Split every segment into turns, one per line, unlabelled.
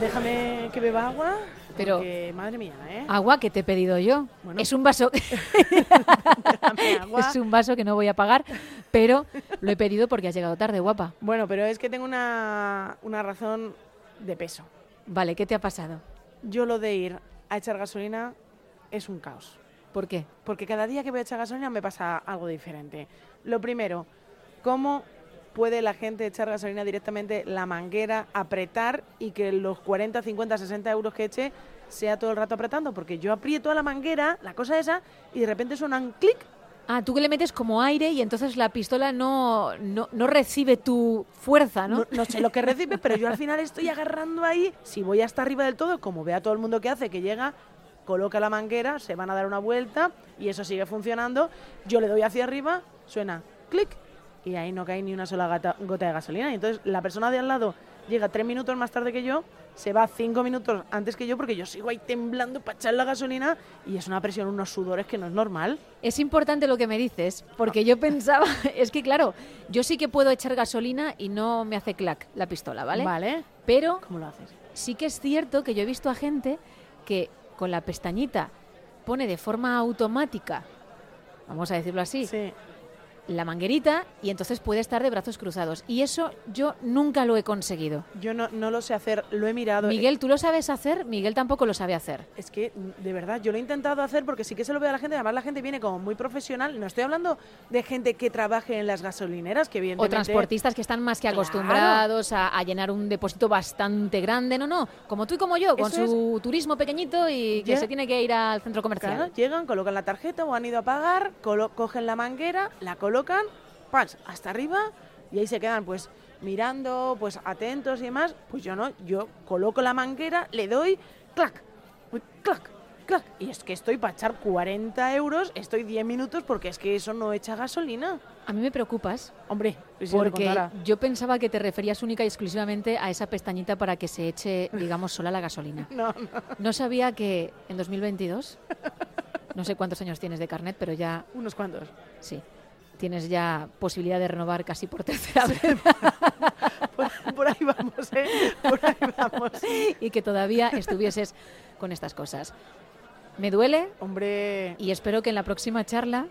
Déjame que beba agua.
Pero-
porque, madre mía, ¿eh?
Agua que te he pedido yo.
Bueno.
Es un vaso.
Déjame agua.
es un vaso que no voy a pagar, pero lo he pedido porque has llegado tarde, guapa.
Bueno, pero es que tengo una, una razón de peso.
Vale, ¿qué te ha pasado?
Yo lo de ir a echar gasolina es un caos.
¿Por qué?
Porque cada día que voy a echar gasolina me pasa algo diferente. Lo primero, ¿cómo puede la gente echar gasolina directamente la manguera, apretar y que los 40, 50, 60 euros que eche sea todo el rato apretando? Porque yo aprieto a la manguera, la cosa esa, y de repente suena un clic.
Ah, tú que le metes como aire y entonces la pistola no, no, no recibe tu fuerza, ¿no?
No, no sé lo que recibes, pero yo al final estoy agarrando ahí. Si voy hasta arriba del todo, como ve a todo el mundo que hace, que llega, coloca la manguera, se van a dar una vuelta y eso sigue funcionando. Yo le doy hacia arriba, suena clic y ahí no cae ni una sola gata- gota de gasolina. Y entonces la persona de al lado llega tres minutos más tarde que yo, se va cinco minutos antes que yo porque yo sigo ahí temblando para echar la gasolina y es una presión, unos sudores que no es normal.
Es importante lo que me dices, porque yo pensaba, es que claro, yo sí que puedo echar gasolina y no me hace clac la pistola, ¿vale?
Vale.
Pero
¿Cómo lo haces?
sí que es cierto que yo he visto a gente que con la pestañita pone de forma automática, vamos a decirlo así,
sí.
la manguerita y entonces puede estar de brazos cruzados. Y eso yo nunca lo he conseguido.
Yo no, no lo sé hacer, lo he mirado.
Miguel, tú lo sabes hacer, Miguel tampoco lo sabe hacer.
Es que, mm, de verdad, yo lo he intentado hacer porque sí que se lo veo a la gente. Además, la gente viene como muy profesional. No estoy hablando de gente que trabaje en las gasolineras, que
O
evidentemente...
transportistas que están más que
Claro.
acostumbrados a, a llenar un depósito bastante grande. No, no, como tú y como yo, con
Eso
su turismo pequeñito y que
Ya.
se tiene que ir al centro comercial.
Claro, llegan, colocan la tarjeta o han ido a pagar, colo- cogen la manguera, la colocan, ¡pans! hasta arriba y ahí se quedan pues mirando, pues atentos y demás. Pues yo no, yo coloco la manguera, le doy, clac, uy, clac, clac. Y es que estoy para echar 40 euros, estoy 10 minutos porque es que eso no echa gasolina.
A mí me preocupas
Hombre, pues si yo te
porque
contara.
yo pensaba que te referías única y exclusivamente a esa pestañita para que se eche, digamos, sola la gasolina.
No,
No sabía que en 2022, no sé cuántos años tienes de carnet, pero ya
Unos cuantos.
sí, tienes ya posibilidad de renovar casi por tercera vez
Por, por ahí vamos, ¿eh? Por ahí vamos.
y que todavía estuvieses con estas cosas. Me duele,
Hombre,
Y espero que en la próxima charla,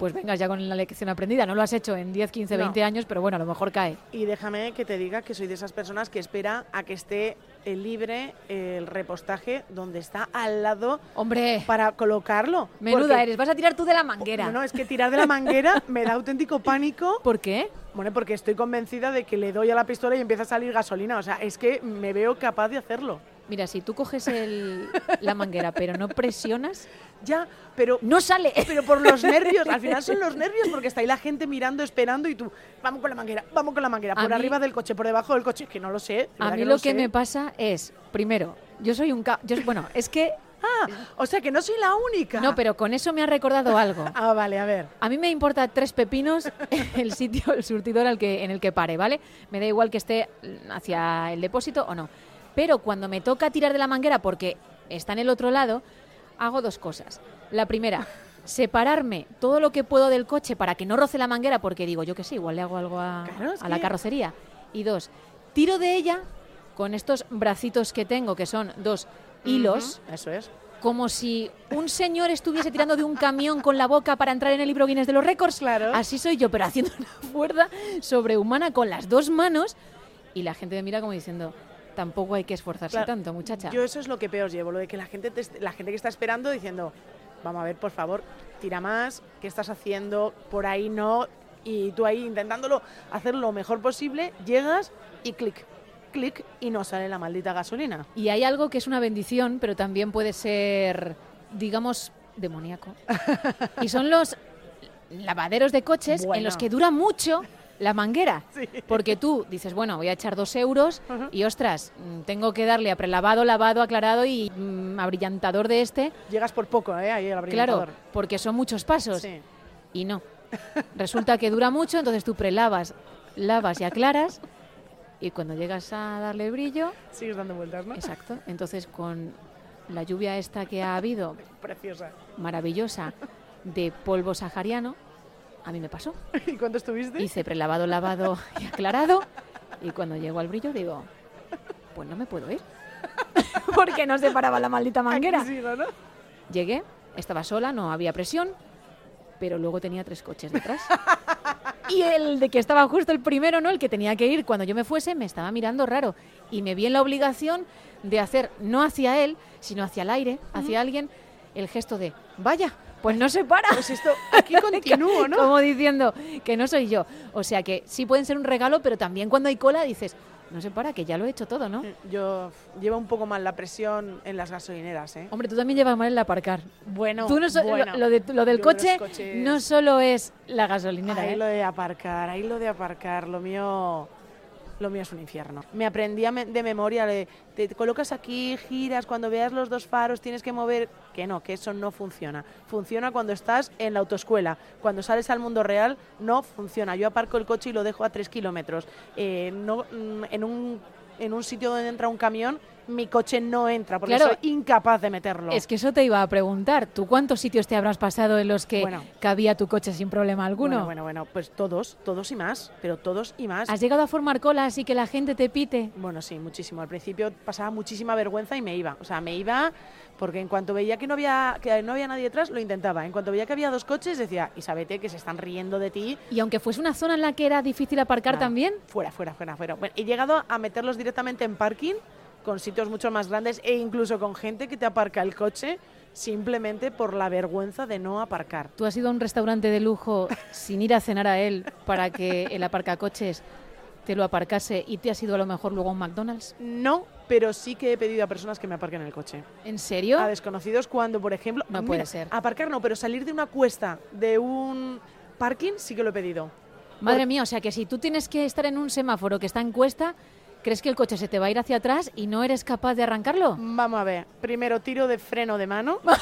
pues vengas ya con la lección aprendida. No lo has hecho en 10, 15,
No.
20 años, pero bueno, a lo mejor cae.
y déjame que te diga que soy de esas personas que espera a que esté eh, libre el repostaje donde está al lado
Hombre,
para colocarlo.
menuda
Porque-
eres, vas a tirar tú de la manguera.
No, no, es que tirar de la manguera me da auténtico pánico.
¿Por qué?
Bueno, porque estoy convencida de que le doy a la pistola y empieza a salir gasolina. O sea, es que me veo capaz de hacerlo.
Mira, si tú coges el- la manguera pero no presionas,
Ya, pero
no sale.
Pero por los nervios, al final son los nervios, porque está ahí la gente mirando, esperando, y tú, vamos con la manguera, vamos con la manguera,
A
por
mí-
arriba del coche, por debajo del coche, que no lo sé. de
A
verdad
mí
no
lo que
sé.
me pasa es, primero, yo soy un... ca- yo- bueno, es que...
Ah, o sea que no soy la única.
No, pero con eso me ha recordado algo.
Ah, vale, a ver.
A mí me importa tres pepinos el sitio, el surtidor al que, en el que pare, ¿vale? Me da igual que esté hacia el depósito o no. Pero cuando me toca tirar de la manguera porque está en el otro lado, hago dos cosas. La primera, separarme todo lo que puedo del coche para que no roce la manguera porque digo, yo qué sé, igual le hago algo a,
Claro, es
a la
que-
carrocería. Y dos, tiro de ella con estos bracitos que tengo, que son dos hilos
Ujú, Eso es.
como si un señor estuviese tirando de un camión con la boca para entrar en el libro Guinness de los récords.
Claro.
Así soy yo, pero haciendo una fuerza sobrehumana con las dos manos y la gente me mira como diciendo, tampoco hay que esforzarse
Claro,
tanto, muchacha.
Yo eso es lo que peor llevo, lo de que la gente, te est- la gente que está esperando diciendo, vamos a ver, por favor, tira más, ¿qué estás haciendo? Por ahí no. Y tú ahí intentándolo hacer lo mejor posible, llegas y clic, clic, y no sale la maldita gasolina.
Y hay algo que es una bendición, pero también puede ser, digamos, demoníaco. y son los lavaderos de coches en
Bueno.
los que dura mucho la manguera.
Sí.
Porque tú dices, bueno, voy a echar dos euros
Ajá.
y ostras, mm, tengo que darle a prelavado, lavado, aclarado y mm, abrillantador de este.
Llegas por poco, ¿eh? Ahí el
Claro,
abrillantador.
porque son muchos pasos.
Sí.
Y no. Resulta que dura mucho, entonces tú prelavas, lavas y aclaras. Y cuando llegas a darle brillo,
Sigues dando vueltas, ¿no?
exacto. Entonces con la lluvia esta que ha habido,
Preciosa.
maravillosa, de polvo sahariano, a mí me pasó.
¿Y cuánto estuviste?
Hice prelavado, lavado y aclarado. Y cuando llego al brillo digo, pues no me puedo ir. Porque no se paraba la maldita manguera.
Aquí sigo, ¿no?
Llegué, estaba sola, no había presión, pero luego tenía tres coches detrás. Y el de que estaba justo el primero, ¿no? El que tenía que ir cuando yo me fuese, me estaba mirando raro. Y me vi en la obligación de hacer, no hacia él, sino hacia el aire, hacia alguien, el gesto de, vaya, pues no se para.
Pues esto, aquí continúo, ¿no?
Como diciendo que no soy yo. O sea que sí pueden ser un regalo, pero también cuando hay cola dices, no se para, que ya lo he hecho todo, ¿no?
Yo llevo un poco mal la presión en las gasolineras, ¿eh?
Hombre, tú también llevas mal el aparcar.
Bueno,
Tú no so- lo-
bueno.
lo, de- lo del
Yo
coche
los coches-
no solo es la gasolinera,
Ahí
¿eh?
lo de aparcar, ahí lo de aparcar, lo mío, lo mío es un infierno. Me aprendí a me- de memoria, de, te colocas aquí, giras, cuando veas los dos faros tienes que mover. Que no, que eso no funciona. Funciona cuando estás en la autoescuela. Cuando sales al mundo real, no funciona. Yo aparco el coche y lo dejo a tres kilómetros. Eh, no, mm, en, un, en un sitio donde entra un camión, mi coche no entra porque
Claro.
soy incapaz de meterlo.
Es que eso te iba a preguntar. ¿Tú cuántos sitios te habrás pasado en los que
Bueno.
cabía tu coche sin problema alguno?
Bueno, bueno, bueno, pues todos, todos y más, pero todos y más.
¿Has llegado a formar cola así que la gente te pite?
Bueno, sí, muchísimo. Al principio pasaba muchísima vergüenza y me iba. O sea, me iba porque en cuanto veía que no había, que no había nadie detrás, lo intentaba. En cuanto veía que había dos coches, decía, Isabete, que se están riendo de ti.
Y aunque fuese una zona en la que era difícil aparcar
Nada,
también,
Fuera, fuera, fuera, fuera. Bueno, he llegado a meterlos directamente en parking, con sitios mucho más grandes e incluso con gente que te aparca el coche simplemente por la vergüenza de no aparcar.
tú has ido a un restaurante de lujo sin ir a cenar a él para que el aparcacoches te lo aparcase y te has ido a lo mejor luego a un McDonald's.
No, pero sí que he pedido a personas que me aparquen el coche.
¿En serio?
a desconocidos cuando, por ejemplo,
No puede ser.
Aparcar no, pero salir de una cuesta de un parking sí que lo he pedido.
Madre mía, o sea que si tú tienes que estar en un semáforo que está en cuesta, ¿crees que el coche se te va a ir hacia atrás y no eres capaz de arrancarlo?
Vamos a ver, primero tiro de freno de mano.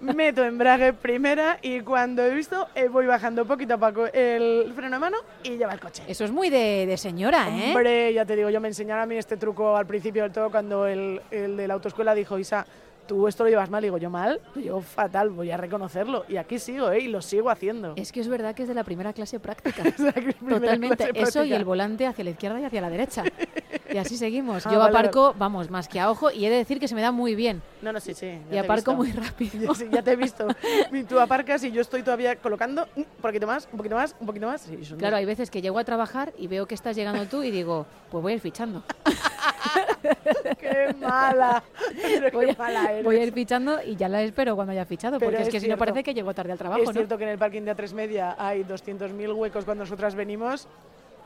Meto embrague primera y cuando he visto eh, voy bajando poquito a poco el freno de mano y lleva el coche.
Eso es muy de, de señora, ¿eh?
Hombre, ya te digo, yo me enseñaron a mí este truco al principio del todo cuando el, el de la autoescuela dijo, Isa, tú esto lo llevas mal. Digo, yo mal, yo fatal, voy a reconocerlo. Y aquí sigo, ¿eh? Y lo sigo haciendo.
Es que es verdad que es de la primera clase práctica.
O sea, que es primera
Totalmente,
clase
eso y
práctica.
el volante hacia la izquierda y hacia la derecha. Y así seguimos.
Ah,
Yo
vale,
aparco, vamos, más que a ojo, y he de decir que se me da muy bien.
No, no, sí, sí. ya te
Y
he visto.
aparco muy rápido.
Ya, sí, ya te he visto. Y tú aparcas y yo estoy todavía colocando un poquito más, un poquito más, un poquito más. Sí, eso no.
Claro, hay veces que llego a trabajar y veo que estás llegando tú y digo, pues voy a ir fichando.
¡Qué mala! Pero
Voy
qué mala
a,
eres.
voy a ir fichando y ya la espero cuando haya fichado,
Pero
porque es,
es
que si no
cierto.
parece que llego tarde al trabajo,
Es
¿no?
cierto que en el parking de A3 Media hay 200.000 huecos cuando nosotras venimos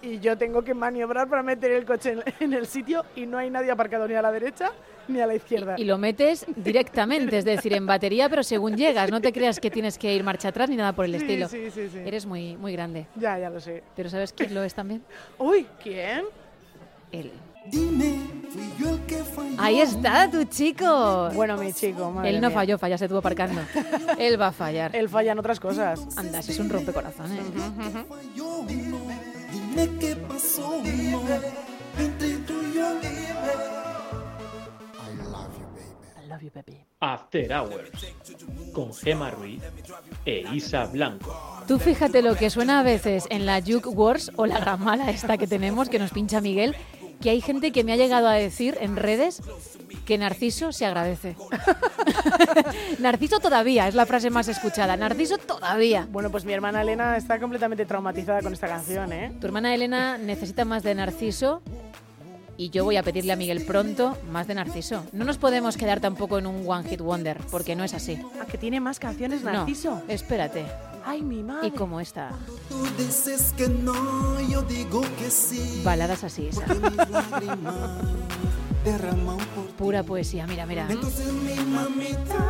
y yo tengo que maniobrar para meter el coche en, en el sitio y no hay nadie aparcado ni a la derecha ni a la izquierda.
Y lo metes directamente, es decir, en batería, pero según llegas, no te creas que tienes que ir marcha atrás ni nada por el
sí,
estilo.
Sí, sí, sí.
Eres muy, muy grande.
Ya, ya lo sé.
Pero ¿sabes quién lo es también?
Uy, ¿quién?
Él.
Dime, fui yo el que falló.
Ahí está tu chico.
Bueno, mi chico, madre
Él no
mía.
falló, falla, se tuvo aparcando. Él va a fallar.
Él falla en otras cosas.
Anda, si es un ¿eh? rompecorazones.
Falló, no. Dime qué pasó, no. Entre tú y yo. I love you, baby.
I love you, Pepi.
After Hours con Gema Ruiz e Isa Blanco.
Tú fíjate lo que suena a veces en la Juke Wars o la ramala esta que tenemos, que nos pincha Miguel, que hay gente que me ha llegado a decir en redes que Narciso se agradece. Narciso todavía, es la frase más escuchada. Narciso todavía.
Bueno, pues mi hermana Elena está completamente traumatizada con esta canción, ¿eh?
Tu hermana Elena necesita más de Narciso y yo voy a pedirle a Miguel pronto más de Narciso. No nos podemos quedar tampoco en un One Hit Wonder, porque no es así.
Ah, que tiene más canciones
No,
Narciso.
espérate.
Ay, mi madre.
Y como esta,
Tú dices que no, yo digo que sí.
baladas así, esa.
Que mis lágrimas derraman por ti.
Pura poesía, mira, mira.
Entonces mi mamita,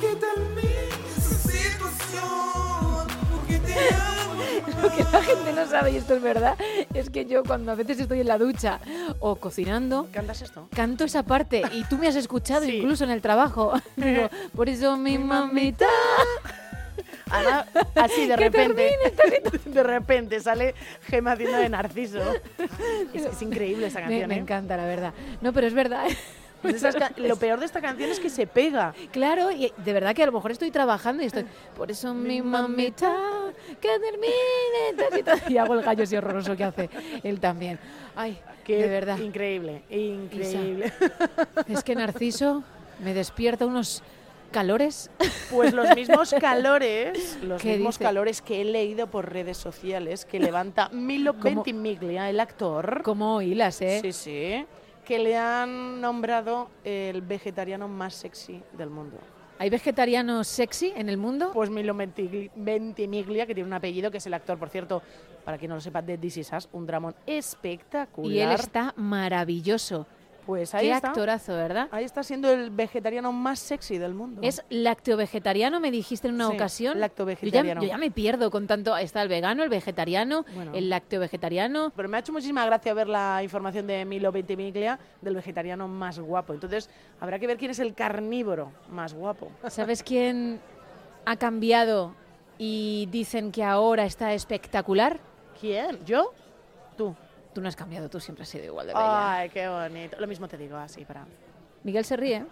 quítame esa situación, porque te amo.
Lo que la gente no sabe, y esto es verdad, es que yo cuando a veces estoy en la ducha o cocinando,
¿Cantas esto?
canto esa parte y tú me has escuchado
Sí.
incluso en el trabajo. Digo, por eso mi mamita.
Ahora, así de
Que
repente. de repente sale Gema haciendo de Narciso. Es, es increíble esa
Me,
canción,
me
¿eh? Pues
encanta, la verdad. No, pero es verdad.
Es de esas ca- lo peor de esta canción es que se pega.
Claro, y de verdad que a lo mejor estoy trabajando y estoy. Por eso mi mamita. ¡Que termine! tal y tal. Y hago el gallo así horroroso que hace él también. Ay,
Qué
de verdad.
Increíble, increíble.
Es que Narciso me despierta unos calores.
Pues los mismos calores, los
¿Qué
mismos
dice?
calores que he leído por redes sociales que levanta Milo
¿Cómo?
Ventimiglia, el actor.
Como hilas, ¿eh?
Sí, sí. Que le han nombrado el vegetariano más sexy del mundo.
¿Hay vegetarianos sexy en el mundo?
Pues Milo Ventigli- Ventimiglia, que tiene un apellido, que es el actor, por cierto, para quien no lo sepa, de This Is Us, un dramón espectacular.
Y él está maravilloso.
pues ahí
Qué
está.
actorazo, ¿verdad?
Ahí está siendo el vegetariano más sexy del mundo.
Es lacteo-vegetariano, me dijiste en una
Sí,
ocasión.
lacto-vegetariano.
Yo ya, yo ya me pierdo con tanto. Está el vegano, el vegetariano,
Bueno.
el lacteo-vegetariano.
Pero me ha hecho muchísima gracia ver la información de Milo Ventimiglia, del vegetariano más guapo. Entonces, habrá que ver quién es el carnívoro más guapo.
¿Sabes quién ha cambiado y dicen que ahora está espectacular?
¿Quién? ¿Yo? Tú.
Tú no has cambiado, tú siempre has sido igual de bella.
Ay, qué bonito. Lo mismo te digo así, para.
Miguel se ríe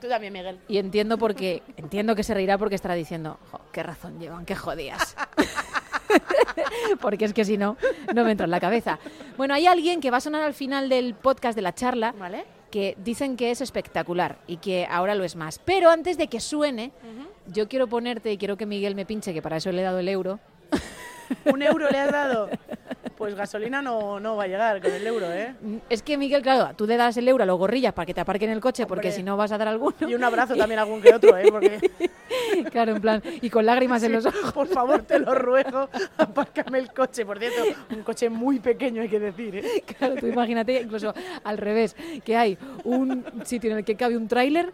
Tú también, Miguel.
y entiendo porque entiendo que se reirá porque estará diciendo, "Jo, qué razón llevan, qué jodías. porque es que si no, no me entra en la cabeza. Bueno, hay alguien que va a sonar al final del podcast de la charla
¿Vale?
que dicen que es espectacular y que ahora lo es más. Pero antes de que suene, yo quiero ponerte y quiero que Miguel me pinche, que para eso le he dado el euro.
¿Un euro le has dado? Pues gasolina no, no va a llegar con el euro, ¿eh?
Mm, Es que Miguel, claro, tú le das el euro a los gorrillas para que te aparquen el coche, porque
Hombre.
si no vas a dar alguno.
Y un abrazo también a algún que otro, ¿eh? Porque,
Claro, en plan, y con lágrimas en los ojos.
por favor, te lo ruego, apárcame el coche. Por cierto, un coche muy pequeño, hay que decir, ¿eh?
Claro, tú imagínate, incluso al revés, que hay un sitio en el que cabe un tráiler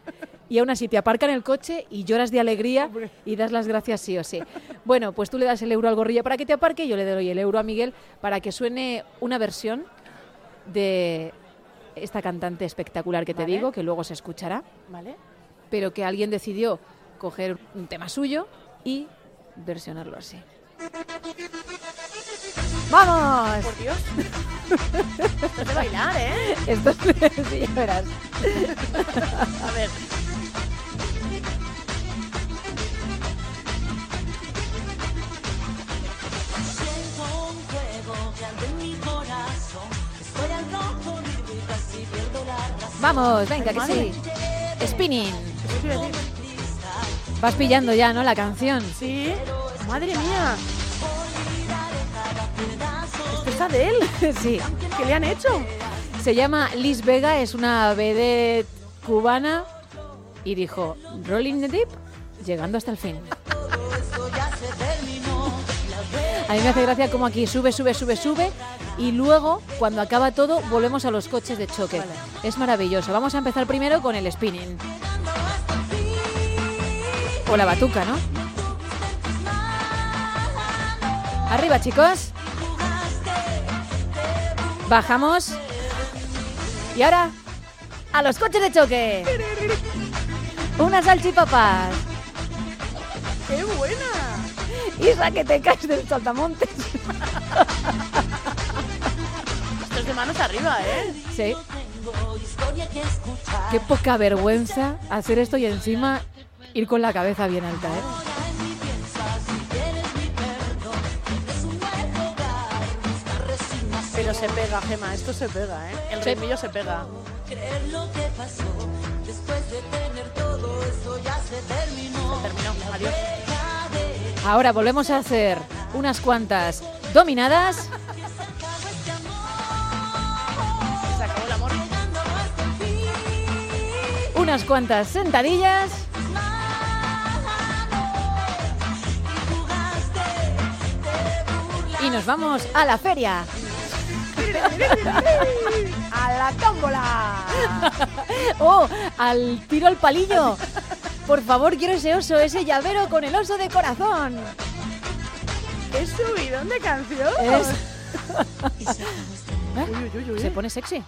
y aún así te aparcan el coche y lloras de alegría
Hombre.
y das las gracias sí o sí. Bueno, pues tú le das el euro al gorrilla para que te aparque y yo le doy el euro a Miguel para que suene una versión de esta cantante espectacular que te
Vale.
digo, que luego se escuchará.
¿Vale?
pero que alguien decidió coger un tema suyo y versionarlo así. ¡Vamos!
Por Dios. Esto es de bailar, ¿eh?
Esto es- sí, ya verás.
A ver.
Siento un fuego grande en mi corazón. Estoy al rojo vivo y casi pierdo la razón.
Vamos, venga, que sí. Spinning. Vas pillando ya, ¿no? La canción.
Sí. Madre mía. Esto está de él.
Sí.
¿Qué le han hecho?
Se llama Liz Vega, es una vedette cubana y dijo, Rolling the Deep, llegando hasta el fin. A mí me hace gracia como aquí sube, sube, sube, sube y luego, cuando acaba todo, volvemos a los coches de choque. Es maravilloso. Vamos a empezar primero con el spinning. O la batuca, ¿no? Arriba, chicos. Bajamos. Y ahora, a los coches de choque. Unas salchipapas.
¡Qué buena!
Isra, que te caes del saltamontes.
Esto es de manos arriba, ¿eh?
Sí,
Tengo historia que escuchar.
qué poca vergüenza hacer esto y encima ir con la cabeza bien alta, ¿eh?
Ahora en mí piensas si quieres mi perdón. Es un nuevo hogar, buscar resignación.
Pero se pega, Gema. Esto se pega, ¿eh? El
Sí.
ritmillo se pega.
Creer lo que pasó. Después de tener todo esto ya se terminó.
Terminó. Adiós.
Ahora volvemos a hacer unas cuantas dominadas.
Se acabó el amor.
unas cuantas sentadillas. Y nos vamos a la feria.
¡A la tómbola!
¡Oh! ¡Al tiro al palillo! Por favor, quiero ese oso, ese llavero con el oso de corazón.
¡Qué subidón de canción!
Es-
Uy, uy, uy, uy.
Se pone sexy,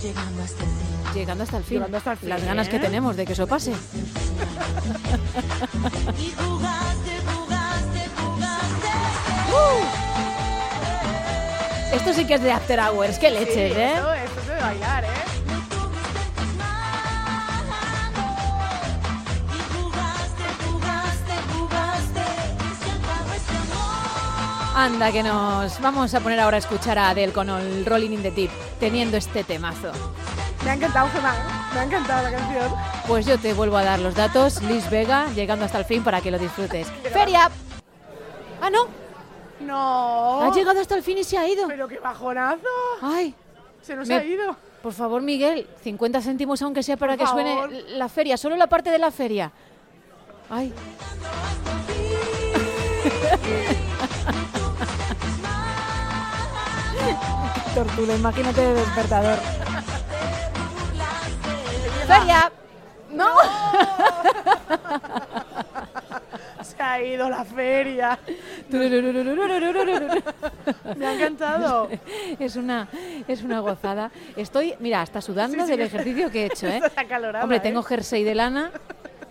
Llegando hasta el fin.
llegando hasta el fin.
Llegando hasta el fin,
Las ganas
¿eh?
que tenemos de que eso pase.
Y jugaste, jugaste, jugaste.
Uh. Esto sí que es de after hours, qué
Sí,
leches, ¿eh?
Esto, esto es de bailar, ¿eh?
No tuviste en tus manos. Y este jugaste, jugaste, jugaste.
Anda, que nos vamos a poner ahora a escuchar a Adele con el Rolling in the Deep, teniendo este temazo.
Me ha encantado, Gemma. ¿eh? Me ha encantado la canción.
Pues yo te vuelvo a dar los datos, Liz Vega, llegando hasta el fin para que lo disfrutes. ¡Feria! ¡Ah, no!
No.
Ha llegado hasta el fin y se ha ido.
Oh. Pero qué bajonazo.
¡Ay!
Se nos
Me-
ha ido.
Por favor, Miguel, 50 céntimos aunque sea para
Por
que
favor.
suene la feria, solo la parte de la feria. Ay.
Tortura, imagínate de despertador.
¡Feria! ¡No!
Se ha ido la feria. Me ha encantado.
Es una, es una gozada. Estoy, mira, hasta sudando
Sí, sí,
del
que-
ejercicio que he hecho, ¿eh?
Estás acalorada,
Hombre,
¿eh?
tengo jersey de lana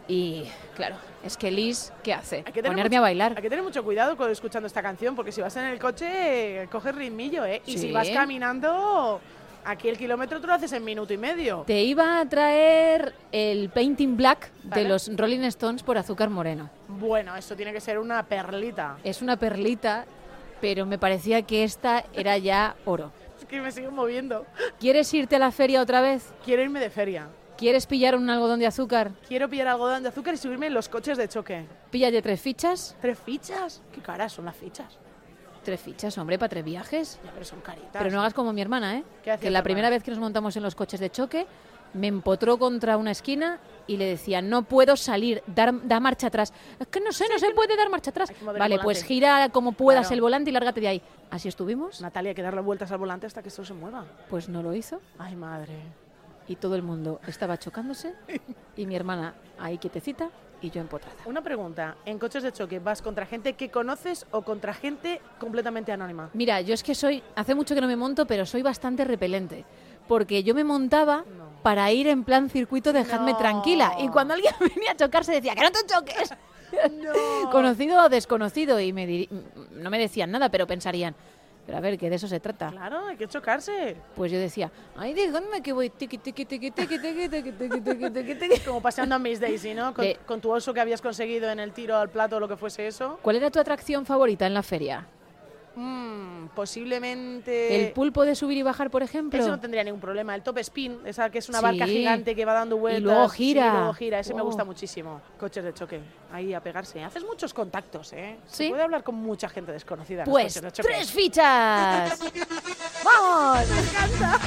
y, claro, es que Liz, ¿qué hace?
Hay que tener
Ponerme
mucho-
a bailar.
Hay que tener mucho cuidado con- escuchando esta canción, porque si vas en el coche, eh, coges ritmillo, ¿eh? Y
Sí.
si vas caminando, aquí el kilómetro tú lo haces en minuto y medio.
Te iba a traer el Painting Black
Vale.
de los Rolling Stones por Azúcar Moreno.
Bueno, eso tiene que ser una perlita.
Es una perlita, pero me parecía que esta era ya oro.
Es que me sigo moviendo.
¿Quieres irte a la feria otra vez?
Quiero irme de feria.
¿Quieres pillar un algodón de azúcar?
Quiero pillar algodón de azúcar y subirme en los coches de choque.
Píllate tres fichas.
¿Tres fichas? ¿Qué caras son las fichas?
Tres fichas, hombre, para tres viajes.
Ya, pero son caritas.
Pero no hagas como mi hermana, ¿eh?
¿Qué hacía
que
tu
la
hermana?
primera vez que nos montamos en los coches de choque, me empotró contra una esquina y le decía, no puedo salir, dar, da marcha atrás. Es que no sé, no se puede dar marcha atrás.
Hay que mover el
Vale, pues
volante.
gira como puedas
Claro.
el volante y lárgate de ahí. Así estuvimos,
Natalia, hay que darle vueltas al volante hasta que eso se mueva.
pues no lo hizo.
Ay, madre.
Y todo el mundo estaba chocándose y mi hermana ahí quietecita y yo empotrada.
Una pregunta. ¿En coches de choque vas contra gente que conoces o contra gente completamente anónima?
Mira, yo es que soy, hace mucho que no me monto, pero soy bastante repelente. Porque yo me montaba
No.
para ir en plan circuito, dejarme
No.
tranquila. Y cuando alguien venía a chocarse decía, que no te choques.
No.
Conocido o desconocido. Y me diri- m- no me decían nada, pero pensarían, pero a ver, que de eso se trata.
Claro, hay que chocarse.
Pues yo decía, ay, déjame que voy tiqui, tiqui, tiqui, tiqui, tiqui, tiqui, tiqui, tiqui, tiqui, tiqui".
Como paseando a Miss Daisy, ¿no? Con,
De-
con tu oso que habías conseguido en el tiro al plato o lo que fuese eso.
¿Cuál era tu atracción favorita en la feria?
Mm, posiblemente...
¿El pulpo de subir y bajar, por ejemplo?
Eh, Eso no tendría ningún problema. El top spin, esa que es una
Sí.
barca gigante que va dando vueltas.
Y luego
Sí,
gira.
luego gira. Ese me
Wow.
gusta muchísimo. Coches de choque. Ahí a pegarse. Haces muchos contactos, ¿eh?
Sí.
Se puede hablar con mucha gente desconocida. en los
Pues
coches de choque.
tres fichas.
¡Vamos! ¡Me encanta!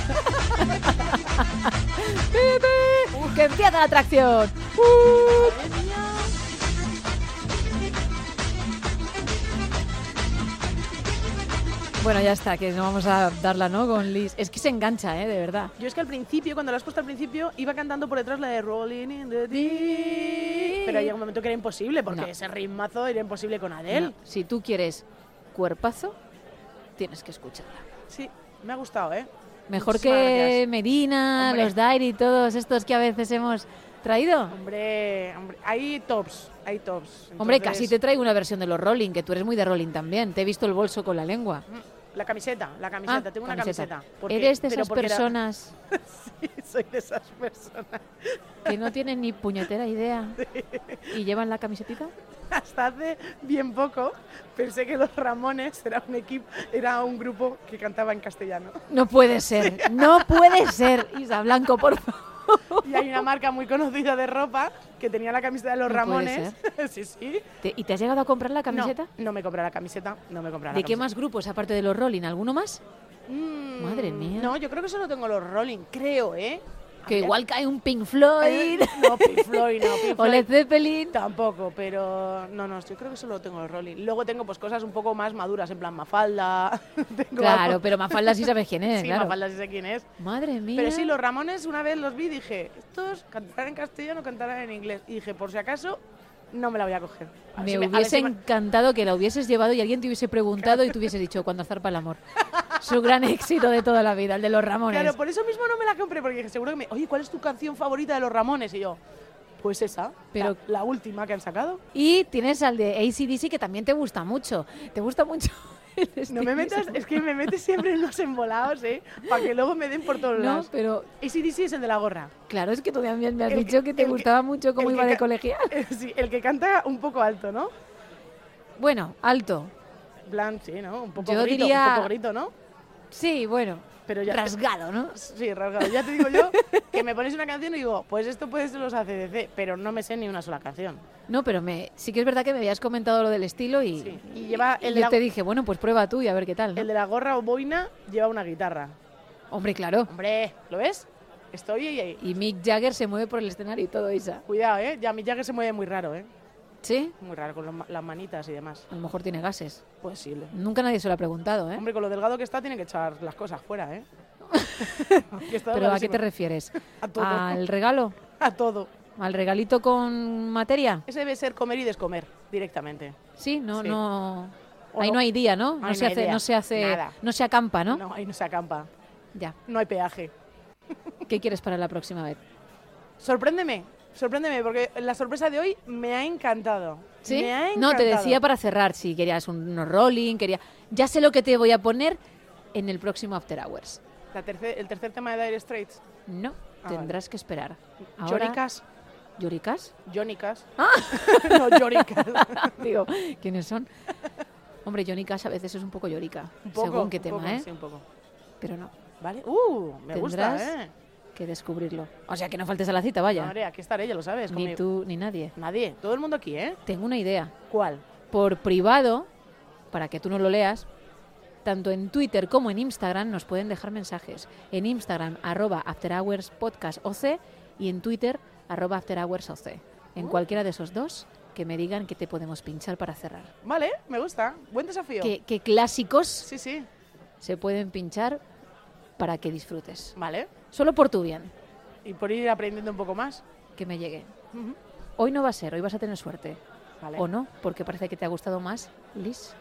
Pepe, que empieza la atracción. Uh. Bueno, ya está, que no vamos a darla, ¿no? Con Liz. Es que se engancha, ¿eh? De verdad.
Yo es que al principio, cuando la has puesto al principio, iba cantando por detrás la de Rolling in the Deep. Pero llega un momento que era imposible, porque
No.
ese ritmazo era imposible con Adele.
No, si tú quieres cuerpazo, tienes que escucharla.
Sí, me ha gustado, ¿eh?
Mejor
Muchísimas
que
gracias.
Medina,
Hombre.
los Dairy y todos estos que a veces hemos traído.
Hombre, hombre, hay tops, hay tops.
Hombre,
Entonces,
casi te traigo una versión de los Rolling, que tú eres muy de Rolling también. Te he visto el bolso con la lengua.
La camiseta, la camiseta, tengo una camiseta. porque-
Ah, Eres de
pero
esas
porque era-
personas
Sí, soy de esas personas.
que no tienen ni puñetera idea y llevan la camisetita.
Hasta hace bien poco pensé que los Ramones era un equipo, era un grupo que cantaba en castellano.
No puede ser, no puede ser, Isa Blanco, por favor.
Y hay una marca muy conocida de ropa que tenía la camiseta de los
No puede
Ramones. sí, sí.
¿Te- ¿Y te has llegado a comprar la camiseta?
No, no me compré la camiseta, no me compré la
¿De qué
camiseta.
más grupos, aparte de los Rolling? ¿Alguno más?
Mm,
Madre mía.
No, yo creo que solo tengo los Rolling, creo, ¿eh?
Que
Habría-
igual cae un Pink Floyd
No, Pink Floyd, Eh, no, Pink
o
Floyd.
Led Zeppelin.
Tampoco, pero no, no, yo creo que solo tengo los Rolling. Luego tengo pues cosas un poco más maduras, en plan Mafalda. tengo-
Claro, pero Mafalda sí sabes quién es,
sí,
claro.
Mafalda sí sé quién es.
Madre mía.
Pero sí, los Ramones una vez los vi y dije, estos cantarán en castellano o cantarán en inglés. Y dije, por si acaso, no me la voy a coger. A ver
Me
si a ver
hubiese
si me-
encantado que la hubieses llevado y alguien te hubiese preguntado y te hubiese dicho cuando zarpa el amor. Su gran éxito de toda la vida, el de los Ramones.
Claro, por eso mismo no me la compré, porque dije, seguro que me... Oye, ¿cuál es tu canción favorita de los Ramones? Y yo, pues esa,
Pero-
pero la, la última que han sacado.
Y tienes al de ACDC que también te gusta mucho. Te gusta mucho. el
No
estilo.
me metas, es que me metes siempre en los embolados, ¿eh? Para que luego me den por todos
No,
lados.
pero
Y si es el de la gorra.
Claro, es que tú también me has
El que-
dicho que te
el que-
gustaba mucho cómo
el que
iba de
ca-
colegial.
Sí, el que canta un poco alto, ¿no?
Bueno, alto.
plan, sí, ¿no? Un poco
Yo
grito,
diría-
un poco grito, ¿no?
Sí, bueno.
Pero ya-
rasgado, ¿no?
Sí, rasgado. Ya te digo yo que me pones una canción y digo, pues esto puede ser los ACDC, pero no me sé ni una sola canción.
No, pero me, sí que es verdad que me habías comentado lo del estilo y,
Sí. Y lleva el de
yo
la-
te dije, bueno, pues prueba tú y a ver qué tal. ¿no?
El de la gorra o boina lleva una guitarra.
Hombre, claro.
Hombre, ¿lo ves? Estoy ahí. ahí.
Y Mick Jagger se mueve por el escenario y todo, Isa.
Cuidado, ¿eh? Ya mi que se mueve muy raro, ¿eh?
¿Sí?
Muy raro, con los ma- las manitas y demás. Pues
A lo mejor tiene gases.
Posible.
Nunca nadie se lo ha preguntado, ¿eh?
Hombre, con lo delgado que está, tiene que echar las cosas fuera, ¿eh? Que está
pero ¿a qué
rarísimo.
te refieres?
A todo.
¿Al regalo?
A todo.
¿Al regalito con materia?
Ese debe ser comer y descomer directamente.
Sí, no,
Sí.
no.
O
Ahí
no-
no hay día, ¿no?
ahí
No,
no
se
hay
hace,
día.
no se hace,
Nada.
no se acampa, ¿no?
No, ahí no se acampa.
Ya.
No hay peaje.
¿Qué quieres para la próxima vez?
Sorpréndeme, sorpréndeme, porque la sorpresa de hoy me ha encantado.
¿Sí?
Me ha
No, te
encantado.
decía para cerrar si querías un- unos rolling, quería. Ya sé lo que te voy a poner en el próximo After Hours.
La terce- el tercer tema de Dire Straits.
No,
Ah,
tendrás que esperar. Ahora, Ah.
Johnny Cash.
¿Johnny Cash?
Johnny Cash. no, Johnny Cash.
Digo, ¿quiénes son? Hombre, Johnny Cash a veces es un poco llorica,
Un poco,
según qué
un
tema,
poco,
¿eh?
sí, un poco.
Pero no,
Vale. Uh, me gusta,
Tendrás-
¿eh?
que descubrirlo. O sea, que no faltes a la cita, vaya.
Hombre, aquí estaré, ya lo sabes.
ni
conmigo.
tú ni nadie.
Nadie. Todo el mundo aquí, ¿eh?
Tengo una idea.
¿Cuál?
Por privado, para que tú no lo leas, tanto en Twitter como en Instagram nos pueden dejar mensajes. En Instagram, arroba afterhourspodcastoc y en Twitter, arroba afterhoursoc. En cualquiera de esos dos, que me digan que te podemos pinchar para cerrar.
Vale, me gusta. Buen desafío.
¿Qué, qué clásicos
Sí, sí.
se pueden pinchar para que disfrutes?
Vale.
Solo por tu bien,
Y por ir aprendiendo un poco más.
que me llegue.
Ujú.
Hoy no va a ser, hoy vas a tener suerte.
Vale.
¿O no? Porque parece que te ha gustado más, Liz.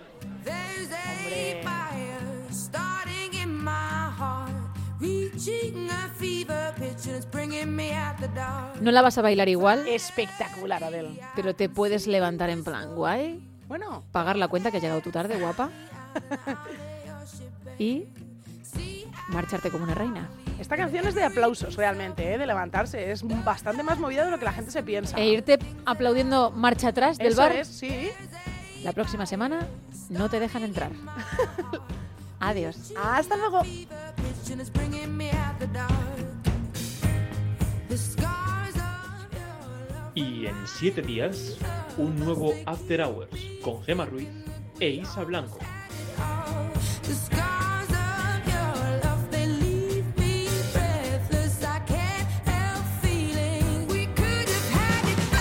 There's a fire starting in my heart, reaching a fever pitch, and it's bringing me out the dark.
No la vas a bailar igual,
Espectacular, Adel.
pero te puedes levantar en plan guay,
Bueno,
pagar la cuenta que ha llegado tu tarde, guapa, y marcharte como una reina.
esta canción es de aplausos realmente, ¿eh? de levantarse. Es bastante más movida de lo que la gente se piensa.
E irte aplaudiendo marcha atrás del
Eso
bar.
es, sí.
La próxima semana no te dejan entrar. Adiós.
Hasta luego.
Fever pitch, and it's bringing me out the dark. The scars of your love.
Y en siete días, un nuevo After Hours con Gema Ruiz e Isa Blanco.
The scars of your love, they leave me breathless. I can't help feeling we could have had it all.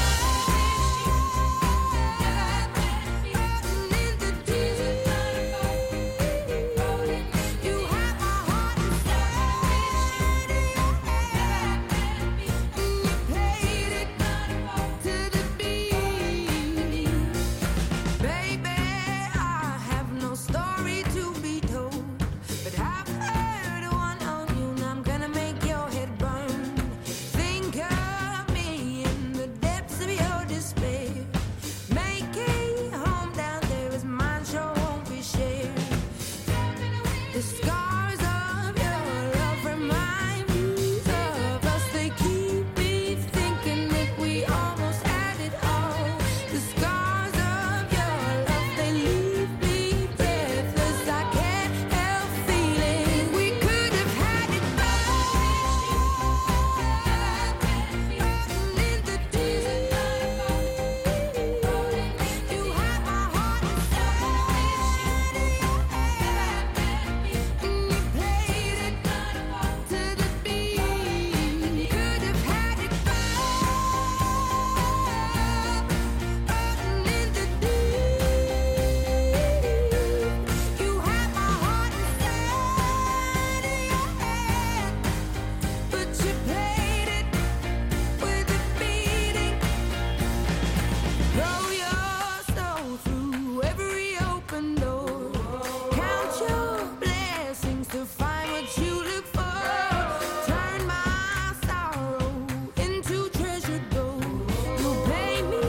in the deep. You have my heart inside, and you played it to the beat. Baby, I have no story to be told, but I've heard one on you, and I'm gonna make your head burn. Think of me in the depths of your despair. Make a home down there is mine, sure won't be shared. The scars of your love remind me of us. They keep me thinking that we almost had it all. The scars of your love, they leave me breathless. I can't help feeling we could have had it all. In the deep, you have my heart and you played it to the beat. Could have had it all, in the deep. You had my heart inside but you played it with a beating. Throw your soul through every open door. Count your blessings to find what you look for. Turn my sorrow into treasure gold. You pay me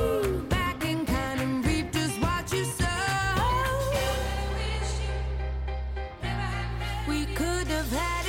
back in kind and reap just what you sow. We could have had Oh.